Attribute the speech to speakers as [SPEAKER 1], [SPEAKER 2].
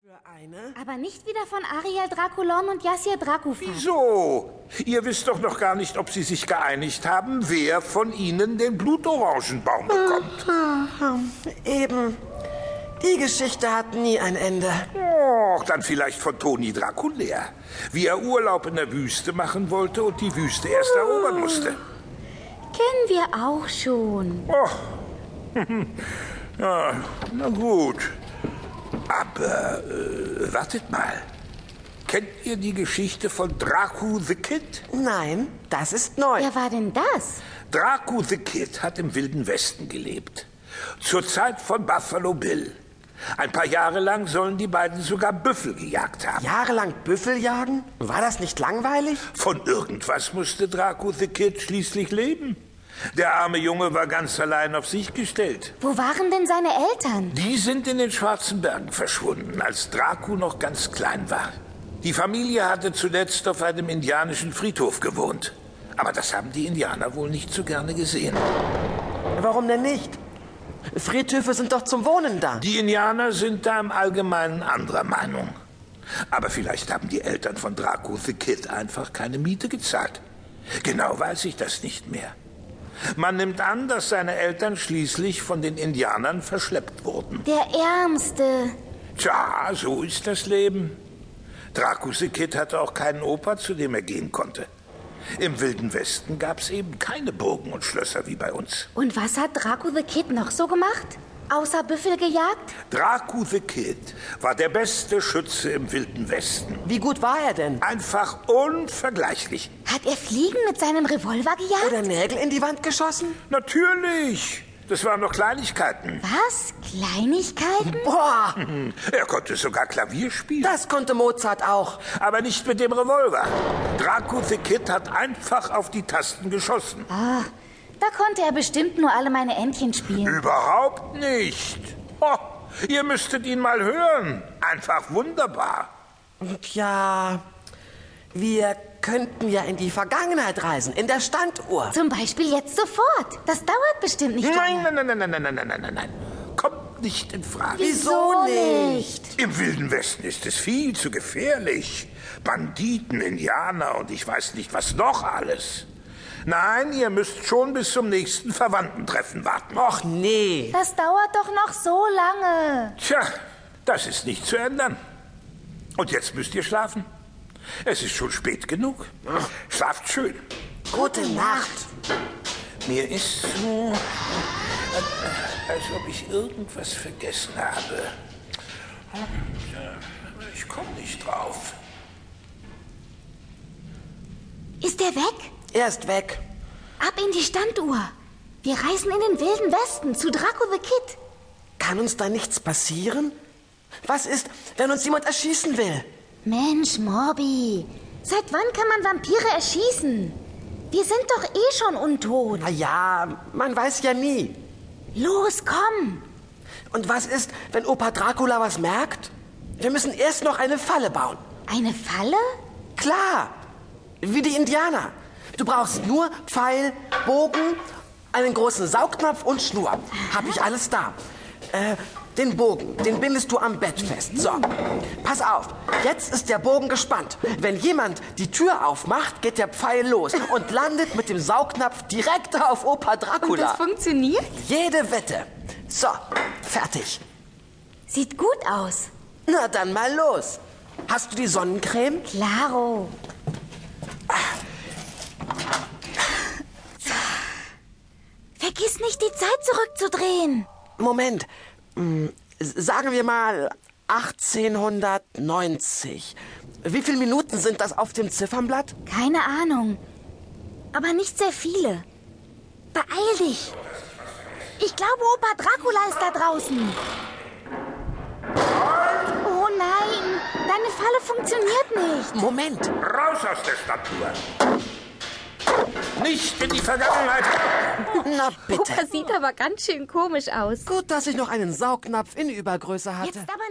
[SPEAKER 1] für eine?
[SPEAKER 2] Aber nicht wieder von Ariel Draculon und Yassir Dracufan.
[SPEAKER 3] So, ihr wisst doch noch gar nicht, ob sie sich geeinigt haben, wer von ihnen den Blutorangenbaum bekommt.
[SPEAKER 1] Eben. Die Geschichte hat nie ein Ende.
[SPEAKER 3] Och, dann vielleicht von Toni Draculea, wie er Urlaub in der Wüste machen wollte und die Wüste erst erobern musste.
[SPEAKER 2] Kennen wir auch schon.
[SPEAKER 3] Och, ja, na gut. Aber äh, wartet mal. Kennt ihr die Geschichte von Dracu the Kid?
[SPEAKER 1] Nein, das ist neu.
[SPEAKER 2] Wer war denn das?
[SPEAKER 3] Dracu the Kid hat im Wilden Westen gelebt. Zur Zeit von Buffalo Bill. Ein paar Jahre lang sollen die beiden sogar Büffel gejagt haben.
[SPEAKER 1] Jahrelang Büffel jagen? War das nicht langweilig?
[SPEAKER 3] Von irgendwas musste Dracu the Kid schließlich leben. Der arme Junge war ganz allein auf sich gestellt.
[SPEAKER 2] Wo waren denn seine Eltern?
[SPEAKER 3] Die sind in den Schwarzen Bergen verschwunden, als Dracu noch ganz klein war. Die Familie hatte zuletzt auf einem indianischen Friedhof gewohnt. Aber das haben die Indianer wohl nicht so gerne gesehen.
[SPEAKER 1] Warum denn nicht? Friedhöfe sind doch zum Wohnen da.
[SPEAKER 3] Die Indianer sind da im Allgemeinen anderer Meinung. Aber vielleicht haben die Eltern von Draco the Kid einfach keine Miete gezahlt. Genau weiß ich das nicht mehr. Man nimmt an, dass seine Eltern schließlich von den Indianern verschleppt wurden.
[SPEAKER 2] Der Ärmste.
[SPEAKER 3] Tja, so ist das Leben. Dracusekid hatte auch keinen Opa, zu dem er gehen konnte. Im Wilden Westen gab's eben keine Burgen und Schlösser wie bei uns.
[SPEAKER 2] Und was hat Draco the Kid noch so gemacht? Außer Büffel gejagt?
[SPEAKER 3] Dracu the Kid war der beste Schütze im Wilden Westen.
[SPEAKER 1] Wie gut war er denn?
[SPEAKER 3] Einfach unvergleichlich.
[SPEAKER 2] Hat er Fliegen mit seinem Revolver gejagt?
[SPEAKER 1] Oder Nägel in die Wand geschossen?
[SPEAKER 3] Natürlich, das waren noch Kleinigkeiten.
[SPEAKER 2] was? Kleinigkeiten?
[SPEAKER 1] Boah,
[SPEAKER 3] Er konnte sogar Klavier spielen.
[SPEAKER 1] das konnte Mozart auch.
[SPEAKER 3] aber nicht mit dem Revolver. Draco the Kid hat einfach auf die Tasten geschossen.
[SPEAKER 2] Ah, da konnte er bestimmt nur alle meine Entchen spielen.
[SPEAKER 3] Überhaupt nicht. Oh, ihr müsstet ihn mal hören. Einfach wunderbar.
[SPEAKER 1] Tja, wir könnten ja in die Vergangenheit reisen, in der Standuhr.
[SPEAKER 2] Zum Beispiel jetzt sofort. Das dauert bestimmt nicht
[SPEAKER 3] Nein,
[SPEAKER 2] lange.
[SPEAKER 3] nein, nein, nein, nein, nein, nein, nein, nein, nein, nein. Kommt nicht in Frage.
[SPEAKER 1] Wieso nicht?
[SPEAKER 3] Im Wilden Westen ist es viel zu gefährlich. Banditen, Indianer und ich weiß nicht was noch alles. Nein, ihr müsst schon bis zum nächsten Verwandtentreffen warten. Och,
[SPEAKER 1] Nee.
[SPEAKER 2] Das dauert doch noch so lange.
[SPEAKER 3] Tja, das ist nicht zu ändern. Und jetzt müsst ihr schlafen. Es ist schon spät genug. Schlaft schön.
[SPEAKER 1] Gute Nacht.
[SPEAKER 3] Mir ist so, äh, als ob ich irgendwas vergessen habe. Hm, Ich komme nicht drauf.
[SPEAKER 2] Ist er weg?
[SPEAKER 1] Er ist weg.
[SPEAKER 2] Ab in die Standuhr. Wir reisen in den wilden Westen zu Draco the Kid.
[SPEAKER 1] Kann uns da nichts passieren? Was ist, wenn uns jemand erschießen will?
[SPEAKER 2] Mensch, Morbi, seit wann kann man Vampire erschießen? Wir sind doch eh schon untot.
[SPEAKER 1] Na ja, man weiß ja nie.
[SPEAKER 2] Los, komm.
[SPEAKER 1] Und was ist, wenn Opa Dracula was merkt? Wir müssen erst noch eine Falle bauen.
[SPEAKER 2] Eine Falle?
[SPEAKER 1] Klar, wie die Indianer. Du brauchst nur Pfeil, Bogen, einen großen Saugnapf und Schnur. Hab ich alles da. Äh, den Bogen, den bindest du am Bett fest. So, pass auf. Jetzt ist der Bogen gespannt. Wenn jemand die Tür aufmacht, geht der Pfeil los und landet mit dem Saugnapf direkt auf Opa Dracula.
[SPEAKER 2] funktioniert?
[SPEAKER 1] Jede Wette. So, fertig.
[SPEAKER 2] Sieht gut aus.
[SPEAKER 1] Na dann mal los. Hast du die Sonnencreme?
[SPEAKER 2] Claro. Vergiss nicht, die Zeit zurückzudrehen.
[SPEAKER 1] Moment. Hm, s- Sagen wir mal 1890. Wie viele Minuten sind das auf dem Ziffernblatt?
[SPEAKER 2] Keine Ahnung. Aber nicht sehr viele. Beeil dich. Ich glaube, Opa Dracula ist da draußen. Oh nein, deine Falle funktioniert nicht.
[SPEAKER 1] Moment.
[SPEAKER 3] Raus aus der Statue! Nicht in die Vergangenheit!
[SPEAKER 1] Na bitte.
[SPEAKER 4] sieht aber ganz schön komisch aus.
[SPEAKER 1] Gut, dass ich noch einen Saugnapf in Übergröße hatte.
[SPEAKER 2] Jetzt aber